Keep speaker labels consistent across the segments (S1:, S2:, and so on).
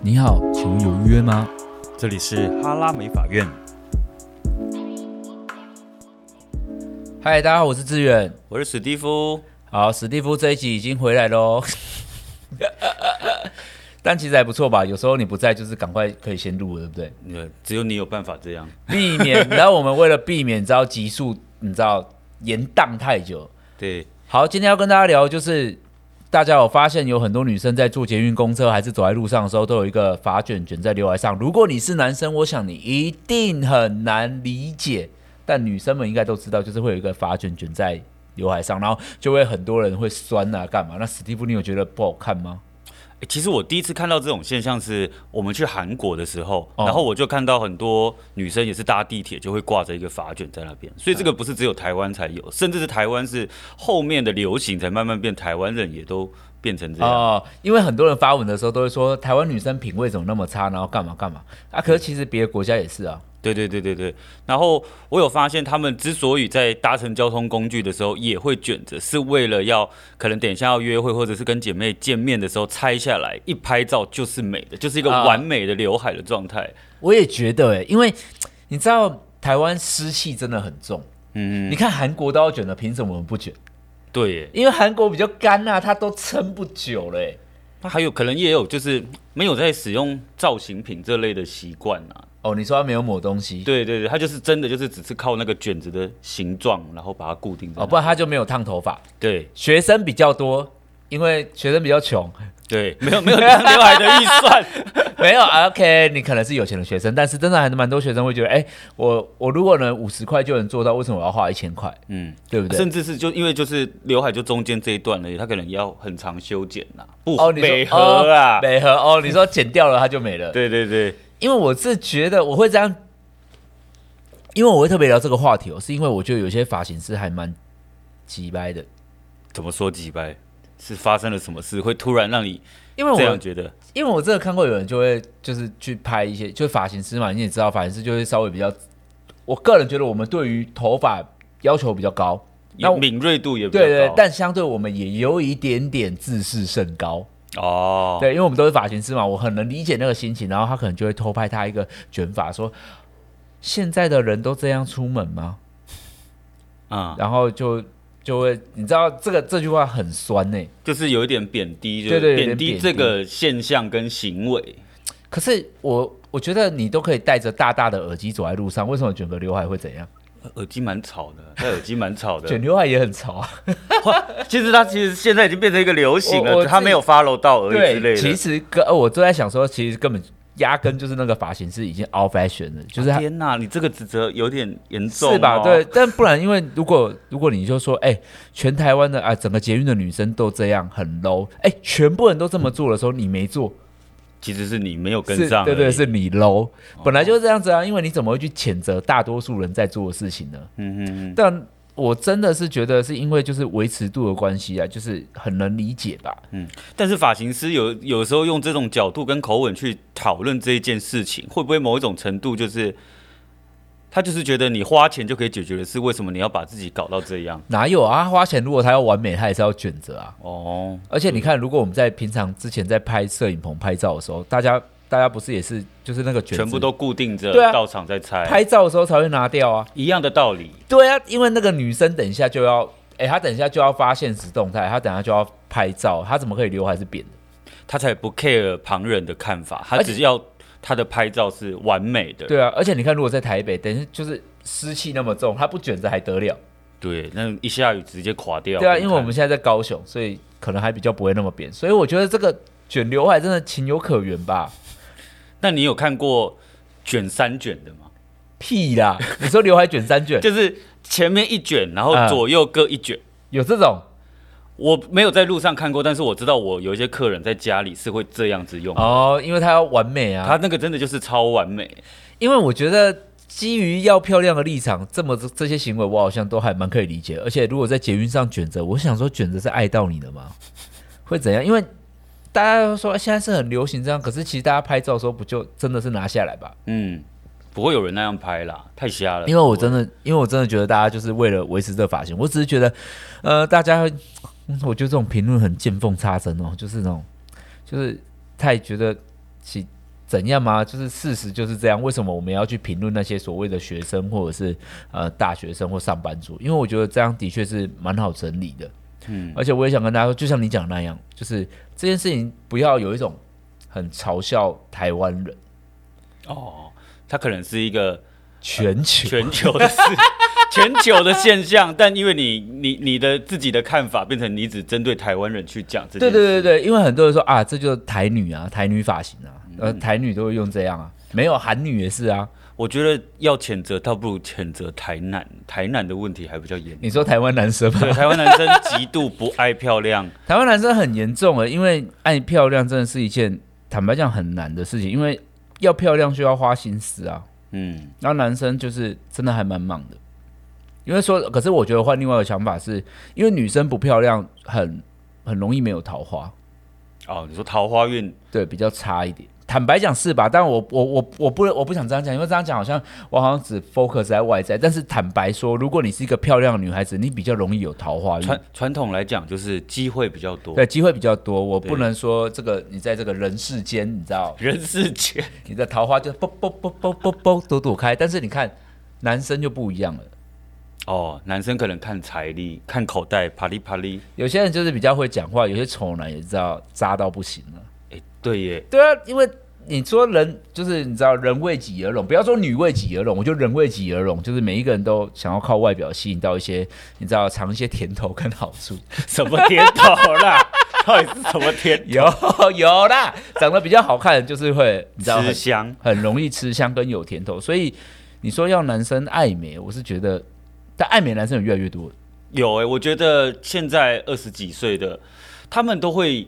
S1: 你好，请问有预约吗？
S2: 这里是哈拉美法院，
S1: 嗨，大家好，我是志远。
S2: 我是史蒂夫。
S1: 好，史蒂夫这一集已经回来喽， 但其实还不错吧。有时候你不在，就是赶快可以先录了，对不对？
S2: 呃，只有你有办法这样。
S1: 避 免，然后我们为了避免，你知道集数，你知道延宕太久。
S2: 对，
S1: 好，今天要跟大家聊就是。大家有发现有很多女生在坐捷运、公车还是走在路上的时候，都有一个发卷卷在刘海上。如果你是男生，我想你一定很难理解，但女生们应该都知道，就是会有一个发卷卷在刘海上，然后就会很多人会酸啊，干嘛？那史蒂夫，你有觉得不好看吗？
S2: 诶其实我第一次看到这种现象是我们去韩国的时候，
S1: 哦
S2: 然后我就看到很多女生也是搭地铁就会挂着一个发卷在那边，所以这个不是只有台湾才有，甚至是台湾是后面的流行才慢慢变，台湾人也都变成这样。
S1: 哦，因为很多人发文的时候都会说台湾女生品味怎么那么差，然后干嘛干嘛啊？可是其实别的国家也是啊，
S2: 对对对对对，然后我有发现，他们之所以在搭乘交通工具的时候也会卷着，是为了要可能等一下要约会，或者是跟姐妹见面的时候拆下来一拍照就是美的，就是一个
S1: 啊
S2: 完美的刘海的状态。
S1: 我也觉得哎、因为你知道台湾湿气真的很重，
S2: 嗯，
S1: 你看韩国都要卷了，凭什么我们不卷？
S2: 对耶，
S1: 因为韩国比较干呐、啊，它都撑不久了、欸。
S2: 那还有可能也有就是没有在使用造型品这类的习惯啊。
S1: 哦，你说它没有抹东西，
S2: 对对对，他就是真的就是只是靠那个卷子的形状，然后把它固定在那。
S1: 哦，不然它就没有烫头发。
S2: 对
S1: 学生比较多，因为学生比较穷，
S2: 对，没有没有 这样刘海的预算。
S1: 没有啊 OK，你可能是有钱的学生，但是真的还蛮多学生会觉得，哎、我我如果能五十块就能做到，为什么我要花一千块？
S2: 嗯。
S1: 对不对？
S2: 甚至是就因为就是刘海就中间这一段而已，他可能要很长修剪呐、不
S1: 哦，你说
S2: 北河啊，
S1: 哦北河哦，你说剪掉了它就没了。
S2: 对对对，
S1: 因为我是觉得我会这样，因为我会特别聊这个话题哦，是因为我觉得有些发型师还蛮鸡掰的，
S2: 怎么说几掰？是发生了什么事会突然让你
S1: 因为
S2: 这样
S1: 我
S2: 觉得？
S1: 因为我真的看过有人就会就是去拍一些，就是发型师嘛，你也知道发型师就会稍微比较，我个人觉得我们对于头发要求比较高，那我
S2: 敏锐度也比较
S1: 对对，
S2: 高
S1: 但相对我们也有一点点自视甚高。
S2: 哦，
S1: 对，因为我们都是发型师嘛，我很能理解那个心情。然后他可能就会偷拍他一个卷发，说现在的人都这样出门吗？
S2: 啊、
S1: 然后就就会，你知道这个这句话很酸欸呢、
S2: 就是有一点贬低，就
S1: 对
S2: 是
S1: 对有点
S2: 贬低
S1: 贬
S2: 这
S1: 低
S2: 个现象跟行为。
S1: 可是我我觉得你都可以戴着大大的耳机走在路上，为什么卷个刘海会怎样？
S2: 呃耳机蛮吵的，他耳机 蛮吵
S1: 卷
S2: 的。
S1: 刘海也很潮啊。
S2: 其实他其实现在已经变成一个流行
S1: 我我
S2: 了，
S1: 自己
S2: 他没有 follow 到而已之类
S1: 对，
S2: 的。
S1: 其实跟、呃、我都在想说，其实根本压根就是那个发型师已经 out fashion 了，就是他
S2: 天哪，你这个指责有点严重、哦，
S1: 是吧？对，但不然，因为如果如果你就说，哎、全台湾的啊，整个捷运的女生都这样，很 low，哎、全部人都这么做的时候，你没做，
S2: 其实是你没有跟
S1: 是
S2: 上而已，哦
S1: 对对，是你 low，、本来就是这样子啊，因为你怎么会去谴责大多数人在做的事情呢？
S2: 嗯嗯嗯，
S1: 但我真的是觉得是因为就是维持度的关系啊，就是很能理解吧。
S2: 但是发型师有有时候用这种角度跟口吻去讨论这一件事情，会不会某一种程度就是，他就是觉得你花钱就可以解决的事，为什么你要把自己搞到这样？
S1: 哪有啊？他花钱如果他要完美，他也是要选择啊。
S2: 哦，
S1: 而且你看，如果我们在平常之前在拍摄影棚拍照的时候，大家大家不是也是就是那个卷子
S2: 全部都固定着，
S1: 对啊
S2: 到场再拆，
S1: 拍照的时候才会拿掉啊。
S2: 一样的道理。
S1: 对啊，因为那个女生等一下就要，哎、她等一下就要发现实动态，她等一下就要拍照，她怎么可以刘海是扁的？
S2: 他才不 care 旁人的看法，他
S1: 而且
S2: 只要他的拍照是完美的。
S1: 对啊，而且你看，如果在台北，等一下就是湿气那么重，她不卷着还得了？
S2: 对，那一下雨直接垮掉。
S1: 对啊，
S2: 你
S1: 因
S2: 看
S1: 为我们现在在高雄，所以可能还比较不会那么扁，所以我觉得这个卷刘海真的情有可原吧。
S2: 那你有看过卷三卷的吗？
S1: 屁啦！你说刘海卷三卷，
S2: 就是前面一卷，然后
S1: 啊
S2: 左右各一卷。
S1: 有这种
S2: 我没有在路上看过，但是我知道我有一些客人在家里是会这样子用，
S1: 哦，因为它要完美啊。
S2: 他那个真的就是超完美。
S1: 因为我觉得基于要漂亮的立场，这么这这些行为我好像都还蛮可以理解。而且如果在捷运上卷着，我想说卷着是爱到你的吗？ 会怎样？因为大家都说哎现在是很流行这样，可是其实大家拍照的时候不就真的是拿下来吧？
S2: 嗯，不会有人那样拍啦，太瞎了。
S1: 因为我真
S2: 的
S1: 的，因为我真的觉得大家就是为了维持这个发型，我只是觉得，呃，大家，嗯我觉得这种评论很见缝插针哦，就是那种，就是太觉得其怎样吗？就是事实就是这样。为什么我们要去评论那些所谓的学生或者是呃大学生或上班族？因为我觉得这样的确是蛮好整理的。嗯，而且我也想跟大家说，就像你讲的那样，就是这件事情不要有一种很嘲笑台湾人，
S2: 哦，它可能是一个
S1: 全球
S2: 全球的事， 全球的现象，但因为你你你的自己的看法变成你只针对台湾人去讲这
S1: 对
S2: 件事，
S1: 对对对，因为很多人说啊，这就是台女啊，台女发型啊，
S2: 嗯
S1: 呃，台女都会用这样啊，没有韩女也是啊。
S2: 我觉得要谴责，倒不如谴责台南，台南的问题还比较严重。
S1: 你说台湾男生吗？
S2: 对，台湾男生极度不爱漂亮，
S1: 台湾男生很严重啊，因为爱漂亮真的是一件坦白讲很难的事情，因为要漂亮就要花心思啊。
S2: 嗯，
S1: 然后男生就是真的还蛮忙的，因为说，可是我觉得换另外一个想法是，因为女生不漂亮很很容易没有桃花，
S2: 哦，你说桃花运，
S1: 对，比较差一点。坦白讲是吧？但我我我我不我不想这样讲，因为这样讲好像我好像只 focus 在外在。但是坦白说，如果你是一个漂亮的女孩子，你比较容易有桃花运，
S2: 传传统来讲就是机会比较多，
S1: 对，机会比较多。我不
S2: 对
S1: 能说这个你在这个人世间，你知道，
S2: 人 世间，
S1: 你的桃花就啵啵啵啵啵啵朵朵开。但是你看，男生就不一样了。
S2: 哦，男生可能看财力，看口袋，啪哩啪哩，
S1: 有些人就是比较会讲话，有些丑男也知道渣到不行了。
S2: 哎，对耶，
S1: 对啊，因为你说人就是你知道人为己而荣，不要说女为己而荣，我觉得人为己而荣，就是每一个人都想要靠外表吸引到一些你知道尝一些甜头跟好处。
S2: 什么甜头 啦？到底是什么甜？
S1: 有有啦，长得比较好看就是会你知道
S2: 吃
S1: 很
S2: 香，
S1: 很容易吃香跟有甜头，所以你说要男生爱美，我是觉得，但爱美男生有越来越多。
S2: 有哎、我觉得现在二十几岁的，他们都会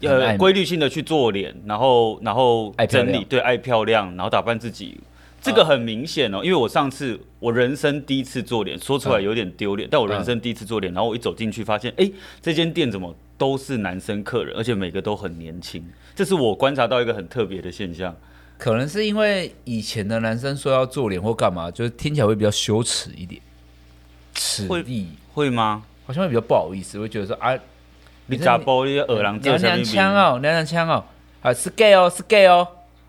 S1: 很爱
S2: 呃
S1: 美
S2: 规律性的去做脸，然后然后
S1: 爱漂
S2: 整
S1: 亮
S2: 理，对，爱漂亮，然后打扮自己。这个很明显
S1: 嗯
S2: 哦，因为我上次我人生第一次做脸，说出来有点丢脸，但我
S1: 嗯
S2: 人生第一次做脸，然后我一走进去发现，哎，这间店怎么都是男生客人，而且每个都很年轻，这是我观察到一个很特别的现象。
S1: 可能是因为以前的男生说要做脸或干嘛，就是听起来会比较羞耻一点，耻
S2: 会
S1: 力
S2: 会吗？
S1: 好像会比较不好意思，会觉得说啊，你
S2: 你咋包你耳狼这
S1: 娘
S2: 下
S1: 娘
S2: 面
S1: 腔哦，娘娘腔哦，啊是 gay 哦，是 gay 哦，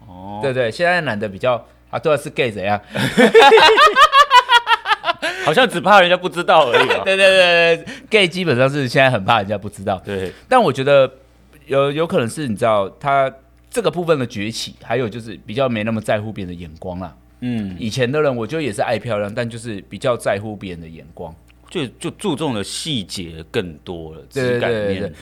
S2: 哦，
S1: 对对，现在男的比较啊，对啊是 gay 怎样？
S2: 好像只怕人家不知道而已、 啊。
S1: 对对对对，gay 基本上是现在很怕人家不知道，
S2: 对，
S1: 但我觉得有有可能是你知道他这个部分的崛起，还有就是比较没那么在乎别人的眼光啦。
S2: 嗯，
S1: 以前的人我觉得也是爱漂亮，但就是比较在乎别人的眼光。
S2: 就就注重的细节更多了，
S1: 对
S2: 质感
S1: 对对
S2: 面。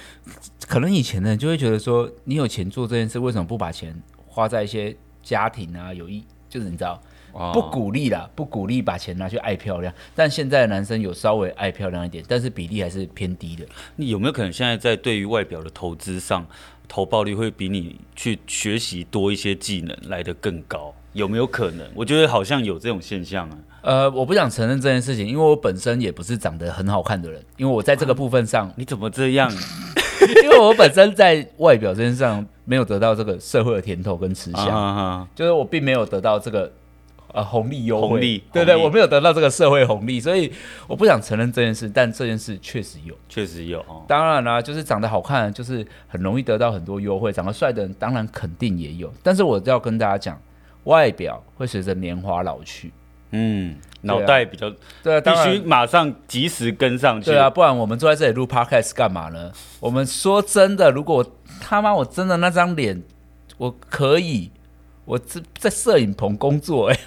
S1: 可能以前的人就会觉得说，你有钱做这件事，为什么不把钱花在一些家庭啊？有意就是你知道，
S2: 哦
S1: 不鼓励啦，不鼓励把钱拿去爱漂亮。但现在的男生有稍微爱漂亮一点，但是比例还是偏低的。
S2: 你有没有可能现在在对于外表的投资上，投报率会比你去学习多一些技能来得更高？有没有可能？我觉得好像有这种现象啊。
S1: 呃，我不想承认这件事情，因为我本身也不是长得很好看的人，因为我在这个部分 上，
S2: 你怎么这样？
S1: 因为我本身在外表这件事上没有得到这个社会的甜头跟吃
S2: 啊
S1: 香，
S2: 哈哈
S1: 就是我并没有得到这个呃红利优惠，
S2: 红利
S1: 对对，
S2: 红利
S1: 我没有得到这个社会红利，所以我不想承认这件事，但这件事确实有。
S2: 确实有哦。
S1: 当然啦、就是长得好看，就是很容易得到很多优惠；长得帅的人，当然肯定也有。但是我要跟大家讲，外表会随着年华老去。
S2: 嗯，脑袋比较、
S1: 对啊啊，当
S2: 必须
S1: 然，
S2: 马上及时跟上去。
S1: 对啊，不然我们坐在这里录 podcast 干嘛呢？我们说真的，如果我他妈我真的那张脸，我可以，我这在摄影棚工作、哎，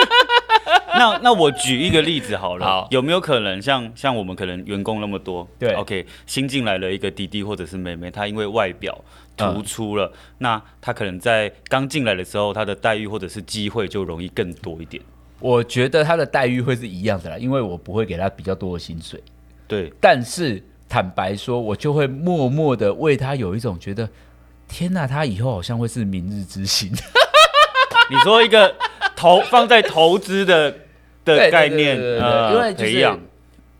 S2: 那那我举一个例子好了，
S1: 好
S2: 有没有可能像像我们可能员工那么多，
S1: 对
S2: ，OK，新进来了一个弟弟或者是妹妹，他因为外表
S1: 嗯
S2: 突出了，那他可能在刚进来的时候，他的待遇或者是机会就容易更多一点。
S1: 我觉得他的待遇会是一样的啦，因为我不会给他比较多的薪水。
S2: 对，
S1: 但是坦白说，我就会默默的为他有一种觉得，天哪，他以后好像会是明日之星。
S2: 你说一 个投放在投资的的
S1: 对对对
S2: 概念，
S1: 对对对
S2: 呃
S1: 因为就是
S2: 培养，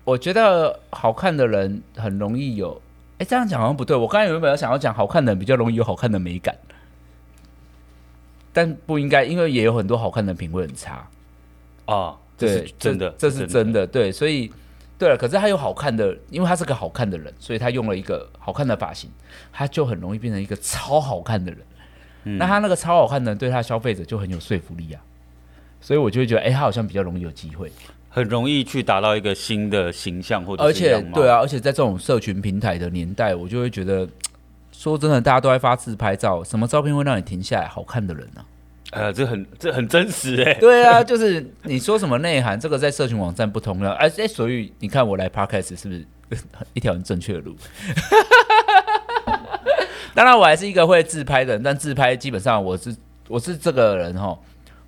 S1: 我觉得好看的人很容易有，哎，这样讲好像不对。我刚才原本要想要讲好看的人比较容易有好看的美感，但不应该，因为也有很多好看的品味很差。
S2: 啊，这
S1: 对
S2: 是，真的，
S1: 这这是真的，对，所以对了，可是他有好看的，因为他是个好看的人，所以他用了一个好看的发型，他就很容易变成一个超好看的人。
S2: 嗯
S1: 那他那个超好看的，对他消费者就很有说服力啊。所以我就会觉得，哎、他好像比较容易有机会，
S2: 很容易去达到一个新的形象或者
S1: 而
S2: 是
S1: 且
S2: 样貌
S1: 对，啊，而且在这种社群平台的年代，我就会觉得，说真的，大家都在发自拍照，什么照片会让你停下来？好看的人啊，
S2: 呃，这很这很真实哎、
S1: 对啊，就是你说什么内涵，这个在社群网站不同了。哎、哎，所以你看我来 podcast 是不 是一条很正确的路？ 当然，我还是一个会自拍的人，但自拍基本上我是我是这个人哈，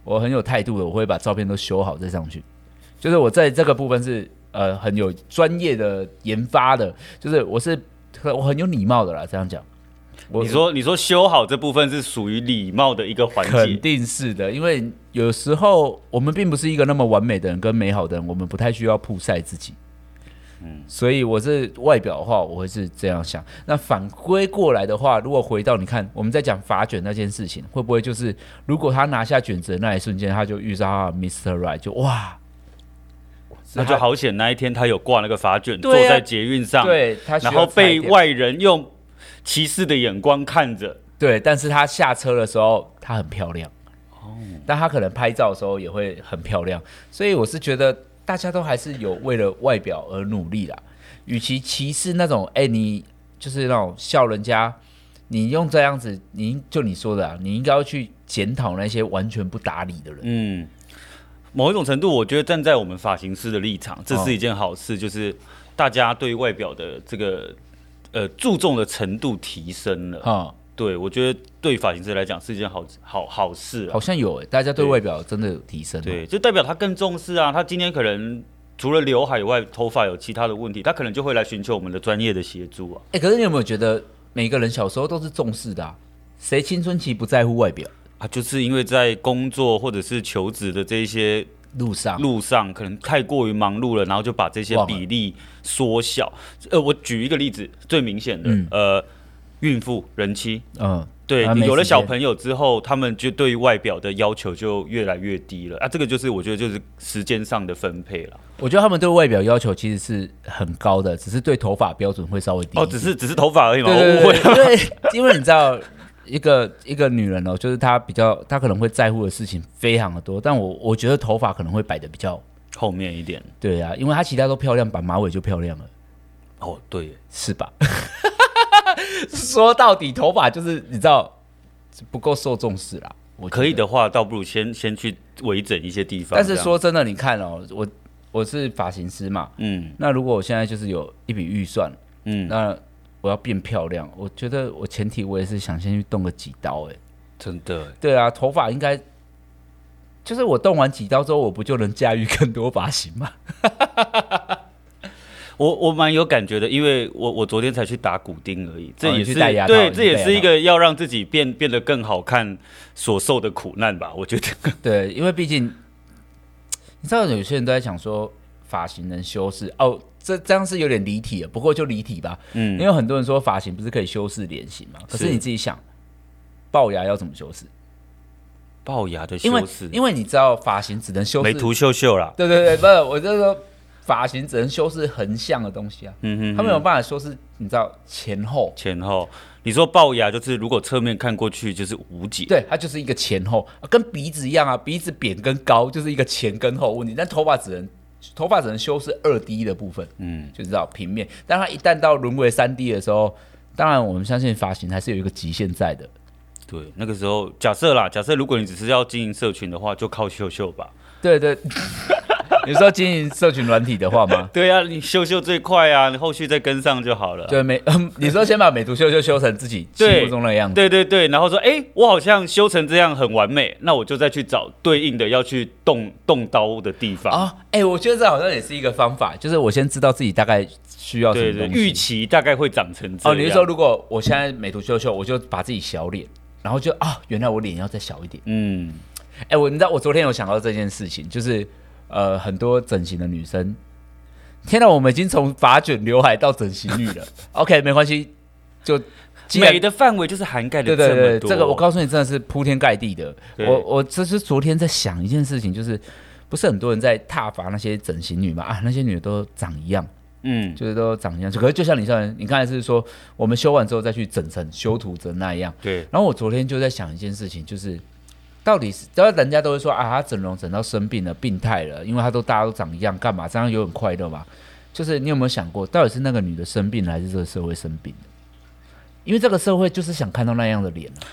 S1: 我很有态度的，我会把照片都修好再上去。就是我在这个部分是呃很有专业的研发的，就是我是我很有礼貌的啦，这样讲。我
S2: 你说你说修好这部分是属于礼貌的一个环
S1: 肯
S2: 节，
S1: 定是的，因为有时候我们并不是一个那么完美的人跟美好的人，我们不太需要曝晒自己。嗯，所以我是外表的话，我会是这样想。那反归过来的话，如果回到你看，我们在讲法卷那件事情，会不会就是如果他拿下卷子的那一瞬间，他就遇上他的 Mr. Right，就哇，
S2: 那就好险那一天他有挂那个发卷，
S1: 对啊
S2: 坐在捷运上，
S1: 对他需要
S2: 然后被
S1: 踩点
S2: 外人用歧视的眼光看着，
S1: 对，但是她下车的时候她很漂亮，
S2: 哦
S1: 但她可能拍照的时候也会很漂亮，所以我是觉得大家都还是有为了外表而努力啦。与其歧视那种，哎、你就是那种笑人家，你用这样子，你就你说的啊，你应该要去检讨那些完全不打理的人。
S2: 嗯，某一种程度，我觉得站在我们发型师的立场，这是一件好事，就是大家对外表的这个呃注重的程度提升了。
S1: 哈、
S2: 对，我觉得对发型师来讲是一件好好好事啊
S1: 好。像有、哎大家对
S2: 对
S1: 外表真的有提升、，啊
S2: 对，就代表他更重视啊。他今天可能除了刘海以外，头发有其他的问题，他可能就会来寻求我们的专业的协助啊。
S1: 哎、可是你有没有觉得每个人小时候都是重视的、啊？谁青春期不在乎外表？
S2: 啊，就是因为在工作或者是求职的这一些
S1: 路上，
S2: 路上可能太过于忙碌了，然后就把这些
S1: 忘了
S2: 比例缩小。呃，我举一个例子，最明显的，
S1: 嗯
S2: 呃，孕妇、人妻，
S1: 嗯，
S2: 对
S1: 啊
S2: 你
S1: 没
S2: 有了
S1: 时
S2: 小
S1: 间
S2: 朋友之后，他们就对于外表的要求就越来越低了啊。这个就是我觉得就是时间上的分配了。
S1: 我觉得他们对外表要求其实是很高的，只是对头发标准会稍微低一点。
S2: 哦，只是只是头发而已嘛，
S1: 对
S2: 我
S1: 对
S2: 误
S1: 对
S2: 会了。
S1: 对，因为因为你知道，一个一个女人哦，就是她比较，她可能会在乎的事情非常的多，但我我觉得头发可能会摆的比较
S2: 后面一点，
S1: 对啊，因为她其他都漂亮，绑马尾就漂亮了，
S2: 哦，对耶，
S1: 是 吧？说到底，头发就是你知道不够受重视啦。我觉得
S2: 可以的话，倒不如先先去微整一些地方。
S1: 但是
S2: 这样，
S1: 说真的，你看哦，我我是发型师嘛，
S2: 嗯
S1: 那如果我现在就是有一笔预算，
S2: 嗯，
S1: 那我要变漂亮，我觉得我前提我也是想先去动个几刀、欸，哎，
S2: 真的耶，
S1: 对啊，头发应该就是我动完几刀之后，我不就能驾驭更多发型吗？
S2: 我我蛮有感觉的，因为我我昨天才去打骨钉而已，这
S1: 哦你
S2: 也
S1: 去
S2: 是、
S1: 戴牙套
S2: 对，
S1: 你去
S2: 这也
S1: 戴
S2: 是
S1: 牙
S2: 一个要让自己变变得更好看所受的苦难吧，我觉得。
S1: 对，因为毕竟你知道，有些人都在讲说发型能修饰哦，这这样是有点离题了，不过就离题吧，因
S2: 嗯，
S1: 为很多人说发型不是可以修饰脸型吗？可是
S2: 是
S1: 你自己想，龅牙要怎么修饰？
S2: 龅牙的
S1: 因为
S2: 修饰，
S1: 因为你知道发型只能修
S2: 美
S1: 饰
S2: 图秀秀啦，
S1: 对对对，不是，我就是说发型只能修饰横向的东西啊，
S2: 嗯哼
S1: 他没有办法修饰，你知道前后，
S2: 前后。你说龅牙就是如果侧面看过去就是无解，
S1: 对，它就是一个前后，啊跟鼻子一样啊，鼻子扁跟高就是一个前跟后问题，但头发只能头发只能修饰二 D 的部分，嗯，就知道平面，但它一旦到沦为三 D 的时候，当然我们相信发型还是有一个极限在的，
S2: 对，那个时候假设啦，假设如果你只是要经营社群的话，就靠秀秀吧。
S1: 对对。 你说经营社群软体的话吗？
S2: 对啊，你秀秀最快啊，你后续再跟上就好了。
S1: 对美， 你说先把美图秀秀修成自己心
S2: 对
S1: 目中的样子，
S2: 对对对，然后说，哎、我好像修成这样很完美，那我就再去找对应的要去动动刀的地方。
S1: 啊，哎、我觉得这好像也是一个方法，就是我先知道自己大概需要什
S2: 对
S1: 么
S2: 对，
S1: 东
S2: 预
S1: 西。
S2: 期大概会长成这
S1: 哦，
S2: 样。
S1: 你是说如果我现在美图秀秀，我就把自己小脸，然后就啊，原来我脸要再小一点。
S2: 嗯，
S1: 哎、我你知道我昨天有想到这件事情，就是呃，很多整形的女生，天哪，我们已经从发卷刘海到整形率 了。OK，没关系，就既然
S2: 美的范围就是涵盖
S1: 对
S2: 的这
S1: 对
S2: 么
S1: 对，
S2: 多。
S1: 这个我告诉你真的是铺天盖地的。
S2: 对
S1: 我我这是昨天在想一件事情，就是不是很多人在挞伐那些整形女嘛？啊，那些女的都长一样，
S2: 嗯，
S1: 就是都长一样。可是就像你像你刚才是说，我们修完之后再去整成修图整那样。
S2: 对，
S1: 然后我昨天就在想一件事情，就是到底是，然后人家都会说啊，他整容整到生病了、病态了，因为他都大家都长一样，干嘛这样有很快乐嘛？就是你有没有想过，到底是那个女的生病了，还是这个社会生病了？因为这个社会就是想看到那样的脸、啊，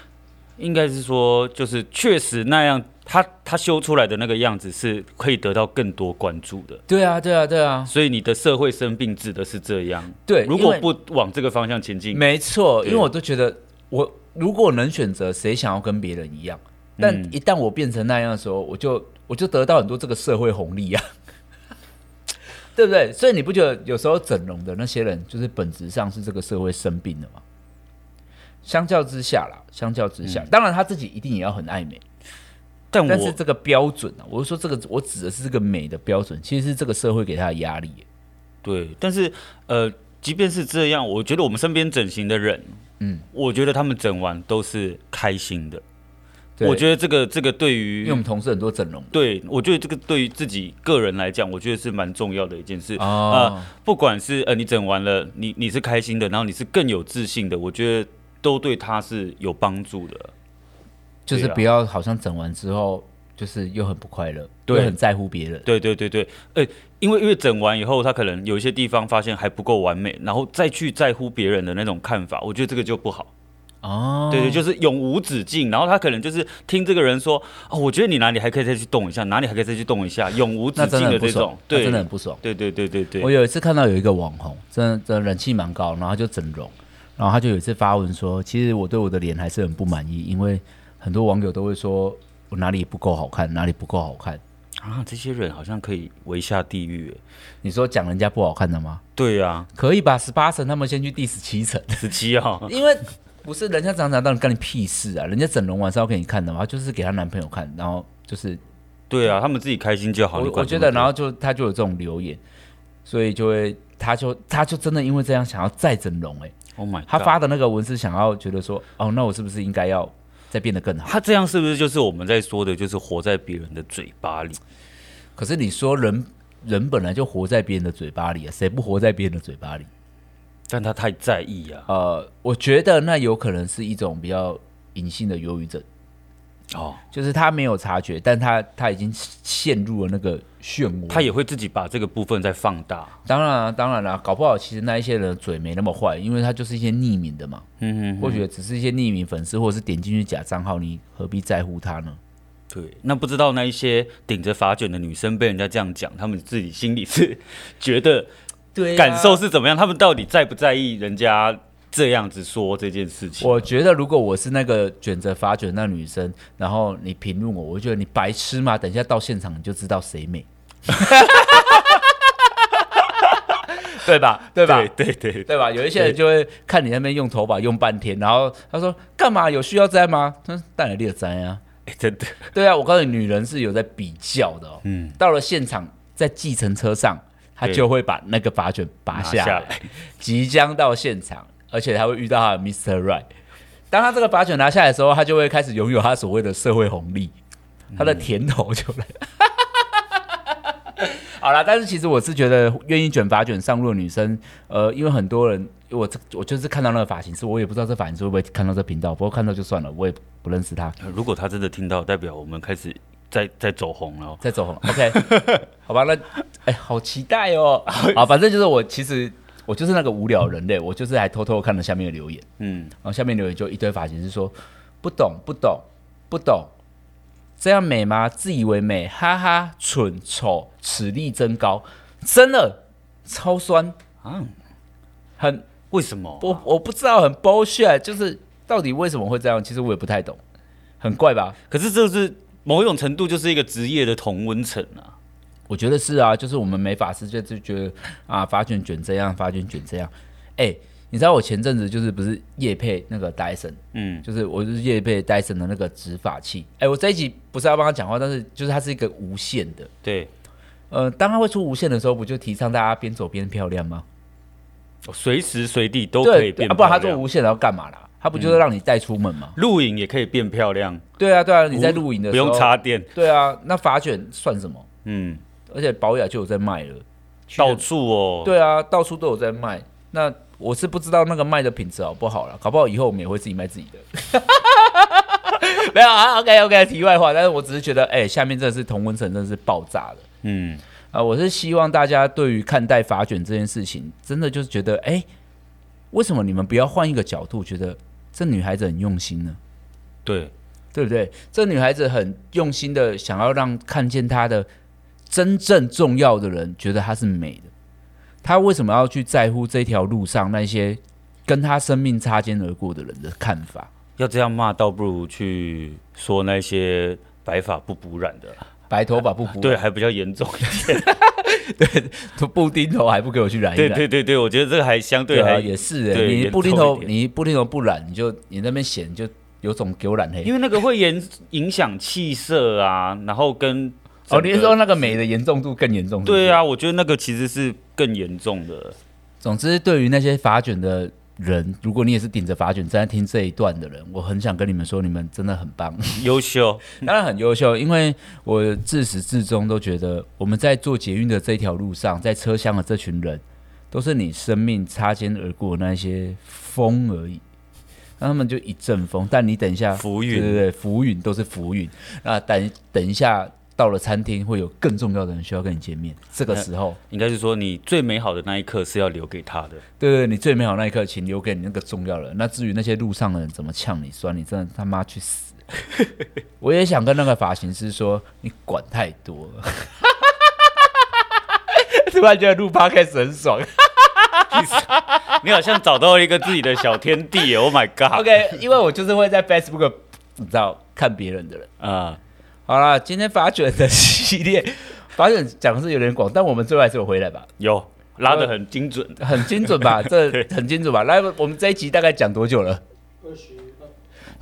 S2: 应该是说就是确实那样，他他修出来的那个样子是可以得到更多关注的。
S1: 对啊，对啊，对啊，
S2: 所以你的社会生病指的是这样，
S1: 对
S2: 如果
S1: 因
S2: 不往这个方向前进，
S1: 没错，
S2: 对
S1: 因为我都觉得我如果能选择，谁想要跟别人一样？但
S2: 嗯
S1: 一旦我变成那样的时候，我就我就得到很多这个社会红利啊， 对不对？所以你不觉得有时候整容的那些人，就是本质上是这个社会生病了吗？相较之下啦，相较之下，当然他自己一定也要很爱美，
S2: 嗯但
S1: 但是
S2: 我
S1: 这个标准啊，我是说这个我指的是这个美的标准，其实是这个社会给他的压力耶。
S2: 对，但是呃，即便是这样，我觉得我们身边整形的人，
S1: 嗯，
S2: 我觉得他们整完都是开心的。
S1: 对
S2: 我觉得这个这个对
S1: 因为我
S2: 于
S1: 们同事很多整容的
S2: 对，我觉得这个对于自己个人来讲，我觉得是蛮重要的一件事。
S1: 哦，
S2: 不管是呃你整完了，你你是开心的，然后你是更有自信的，我觉得都对他是有帮助的。
S1: 就是
S2: 对啊
S1: 不要好像整完之后就是又很不快乐，
S2: 对
S1: 又很在乎别人。
S2: 对对对对，呃，因为因为整完以后，他可能有一些地方发现还不够完美，然后再去在乎别人的那种看法，我觉得这个就不好。
S1: 哦，
S2: 对对，就是永无止境。然后他可能就是听这个人说，哦，我觉得你哪里还可以再去动一下，哪里还可以再去动一下，永无止
S1: 那真
S2: 境
S1: 的很不
S2: 这
S1: 爽
S2: 种，，
S1: 那
S2: 对，
S1: 真的很不爽。
S2: 对对对对
S1: 我
S2: 对，
S1: 有一次看到有一个网红，真的真的人气蛮高，然后他就整容，然后他就有一次发文说，其实我对我的脸还是很不满意，因为很多网友都会说我哪里不够好看，哪里不够好看。
S2: 啊，这些人好像可以围下地狱耶。
S1: 你说讲人家不好看的吗？
S2: 对啊，
S1: 可以把十八层他们先去第十七层，
S2: 十七号，
S1: 因为不是人家长长到底干你屁事啊！人家整容完是要给你看的嘛，她就是给她男朋友看，然后就是
S2: 对啊，他们自己开心就好。你
S1: 我我
S2: 管这
S1: 觉
S2: 么
S1: 得，
S2: 多
S1: 然后就他就有这种留言，所以就会他就他就真的因为这样想要再整容、欸，
S2: ，Oh my，
S1: 他
S2: God
S1: 发的那个文是想要觉得说，哦，那我是不是应该要再变得更好？
S2: 他这样是不是就是我们在说的，就是活在别人的嘴巴里？
S1: 可是你说人人本来就活在别人的嘴巴里啊，谁不活在别人的嘴巴里？
S2: 但他太在意啊。
S1: 呃，我觉得那有可能是一种比较隐性的忧郁症，
S2: 哦，
S1: 就是他没有察觉，但他他已经陷入了那个漩涡。
S2: 他也会自己把这个部分再放大。
S1: 当然、啊、当然啦、搞不好其实那一些人的嘴没那么坏，因为他就是一些匿名的嘛。
S2: 嗯
S1: 或许只是一些匿名粉丝，或者是点进去假账号，你何必在乎他呢？
S2: 对，那不知道那一些顶着发卷的女生被人家这样讲，她们自己心里是觉得
S1: 对啊
S2: 感受。是怎么样？她们到底在不在意人家这样子说这件事情？
S1: 我觉得如果我是那个卷着发卷那女生，然后你评论我，我就觉得你白痴嘛！等一下到现场你就知道谁美，对吧？对吧？
S2: 对对对，
S1: 对吧？有一些人就会看你那边用头发用半天，然后他说干嘛有需要摘吗？他说当然列摘啊。
S2: 哎真的，
S1: 对啊，我告诉你，女人是有在比较的哦。
S2: 嗯，
S1: 到了现场，在计程车上，他
S2: 对
S1: 就会把那个发卷拔下来。
S2: 拿下来
S1: 即将到现场，而且他会遇到他的 Mr. Right。当他这个发卷拿下来的时候，他就会开始拥有他所谓的社会红利，他的甜头就来。 好啦，但是其实我是觉得，愿意卷发卷上路的女生，呃，因为很多人，我这我就是看到那个发型师，我也不知道这发型师会不会看到这频道，不过看到就算了，我也不认识他。
S2: 如果她真的听到，代表我们开始在在走红了哦。
S1: 再走红，OK，好 吧，那哎、好期待哦！ 啊，反正就是我，其实我就是那个无聊人类，我就是还偷偷看了下面的留言，
S2: 嗯，
S1: 然后下面留言就一堆发型是说不懂不懂不懂，这样美吗？自以为美，哈哈，蠢丑，齿力增高，真的超酸，
S2: 啊，
S1: 很
S2: 为什么？啊
S1: 我我不知道很 bullshit，就是到底为什么会这样，其实我也不太懂，很怪吧？
S2: 可是这是某一种程度就是一个职业的同温层啊。
S1: 我觉得是啊，就是我们美发师就就觉得啊，发卷卷这样，发卷卷这样。哎、你知道我前阵子就是不是夜配那个 Dyson，
S2: 嗯，
S1: 就是我就是夜配 Dyson 的那个直发器。哎、我这一集不是要帮他讲话，但是就是它是一个无线的。
S2: 对，
S1: 呃，当它会出无线的时候，不就提倡大家边走边漂亮吗？
S2: 随时随地都可以
S1: 对，
S2: 变
S1: 啊、
S2: 漂
S1: 不然
S2: 亮。
S1: 它做无线然后干嘛啦？它不就是让你带出门吗？
S2: 露营也可以变漂亮，
S1: 对啊，对啊，你在露营的
S2: 不
S1: 时候
S2: 用。插电。
S1: 对啊，那发卷算什么？
S2: 嗯，
S1: 而且保雅就有在卖了，去
S2: 到处哦，，
S1: 对啊，到处都有在卖。那我是不知道那个卖的品质好不好了，搞不好以后我们也会自己卖自己的。没有啊，OK OK，题外话，但是我只是觉得，哎、下面真的是同温层，真的是爆炸的
S2: 嗯，
S1: 啊、我是希望大家对于看待法卷这件事情，真的就是觉得，哎、为什么你们不要换一个角度，觉得这女孩子很用心呢？
S2: 对，
S1: 对不对？这女孩子很用心的想要让看见她的真正重要的人觉得她是美的，她为什么要去在乎这条路上那些跟她生命擦肩而过的人的看法？
S2: 要这样骂，倒不如去说那些白发不补染的啦，
S1: 白头发不补，
S2: 啊对，还比较严重 一点。
S1: 布丁头还不给我去染一
S2: 对
S1: 染？
S2: 对对对，我觉得这个还相对
S1: 对啊，
S2: 还
S1: 也是哎、
S2: 对
S1: 你
S2: 严
S1: 布丁
S2: 重一
S1: 头，
S2: 点
S1: 你布丁头不染，你就你那边显就有种给我染黑
S2: 因。为那个会影影响气色啊，然后跟
S1: 哦，
S2: 整
S1: 你
S2: 个
S1: 是说那个美的严重度更严重？
S2: 对
S1: 啊。
S2: 啊，我觉得那个其实是更严重的。
S1: 总之，对于那些发卷的人，如果你也是顶着发卷正在听这一段的人，我很想跟你们说，你们真的很棒，
S2: 优秀，
S1: 当然很优秀。因为我自始至终都觉得，我们在做捷运的这条路上，在车厢的这群人，都是你生命擦肩而过的那些风而已。那他们就一阵风，但你等一下
S2: 浮
S1: 对
S2: 云
S1: 对对，浮云都是浮云。那等等一下到了餐厅，会有更重要的人需要跟你见面。这个时候，
S2: 应该是说你最美好的那一刻是要留给他的。
S1: 对对，你最美好那一刻，请留给你那个重要的人。那至于那些路上的人怎么呛你、酸你，真的他妈去死！我也想跟那个发型师说，你管太多了。突然觉得录 podcast 很爽。
S2: 你好像找到了一个自己的小天地耶！Oh my god！
S1: OK，因为我就是会在 Facebook 你知道看别人的人。
S2: 啊、
S1: 好啦，今天发卷的系列，发卷讲的是有点广，但我们最后还是有回来吧，
S2: 有拉
S1: 呃
S2: 得很精准。
S1: 很精准 吧？这
S2: 对
S1: 很精准吧？来，我们这一集大概讲多久了？
S3: 二十二，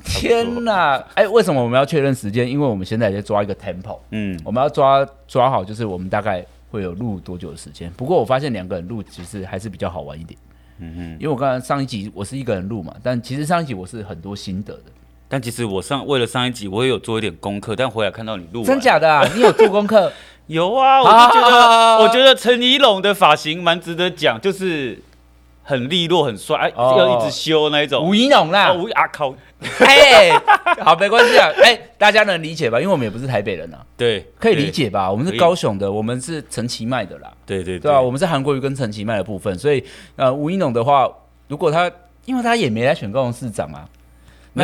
S1: 天呐！哎、为什么我们要确认时间？因为我们现在在抓一个 tempo，
S2: 嗯，
S1: 我们要抓抓好，就是我们大概会有录多久的时间。不过我发现两个人录其实还是比较好玩一点。嗯嗯，因为我刚才上一集我是一个人录嘛，但其实上一集我是很多心得的，
S2: 但其实我上为了上一集，我也有做一点功课，但回来看到你录完，
S1: 真假的啊？ 你有做功课？
S2: 有啊，我
S1: 啊
S2: 就觉得，我觉得陈怡龙的发型蛮值得讲，就是很利落、很帅，哎、
S1: 哦
S2: 要一直修那一种。
S1: 吴怡农啦
S2: 啊，，吴啊靠，
S1: 哎、好，没关系啊，哎、大家能理解吧？因为我们也不是台北人啊，
S2: 对，
S1: 可以理解吧？我们
S2: 可
S1: 是
S2: 以
S1: 高雄的，我们是陈其迈的啦。
S2: 对，对对
S1: 对啊，我们是韩国瑜跟陈其迈的部分，所以呃，吴一农的话，如果他因为他也没来选高雄市长啊，
S2: 没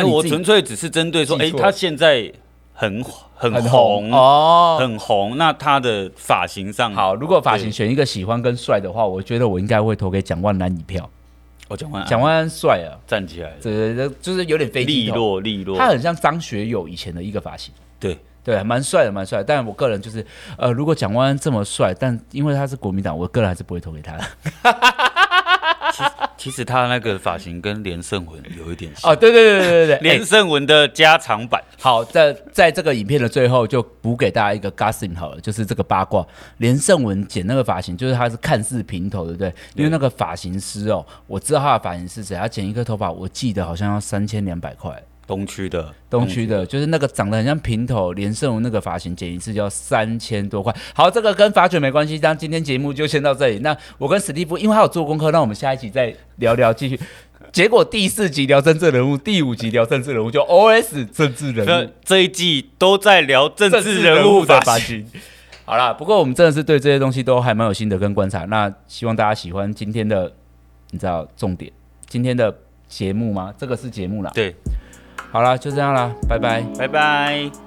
S1: 那
S2: 有，
S1: 你
S2: 我
S1: 自己
S2: 纯粹只是针对说，哎、
S1: 记错
S2: 他现在很很
S1: 很
S2: 红，
S1: 哦。
S2: 很红，那他的发型上，
S1: 好，如果发型
S2: 对
S1: 选一个喜欢跟帅的话，我觉得我应该会投给蒋万安一票。
S2: 我讲完，
S1: 蒋万安帅啊，
S2: 站起来了，
S1: 这这就是有点飞机
S2: 利
S1: 头，
S2: 落利落，
S1: 他很像张学友以前的一个发型。
S2: 对，
S1: 对，蛮帅的，蛮帅的。但我个人就是，呃，如果蒋万安这么帅，但因为他是国民党，我个人还是不会投给他的。
S2: 其实他那个发型跟连胜文有一点像，
S1: 哦，对对对对对 对，哎
S2: 连胜文的加长版，
S1: 好，在在这个影片的最后，就补给大家一个 gossip 好了，就是这个八卦。连胜文剪那个发型，就是他是看似平头，对不对？因为那个发型师哦，我知道他的发型是谁，他剪一颗头发，我记得好像要三千两百块。
S2: 东区的，
S1: 东区的，就是那个长得很像平头连胜文那个发型，剪一次就要三千多块。好，这个跟发卷没关系，但今天节目就先到这里。那我跟史蒂夫，因为他有做功课，那我们下一集再聊聊，继续。结果第四集聊政治人物，第五集聊政治人物，就 O S 政治人物
S2: 这。嗯这一季都在聊政治人物发型。
S1: 型。好啦，不过我们真的是对这些东西都还蛮有心得跟观察。那希望大家喜欢今天的，你知道重点，今天的节目吗？这个是节目啦。
S2: 对，
S1: 好啦，就这样啦，拜拜。
S2: 拜拜。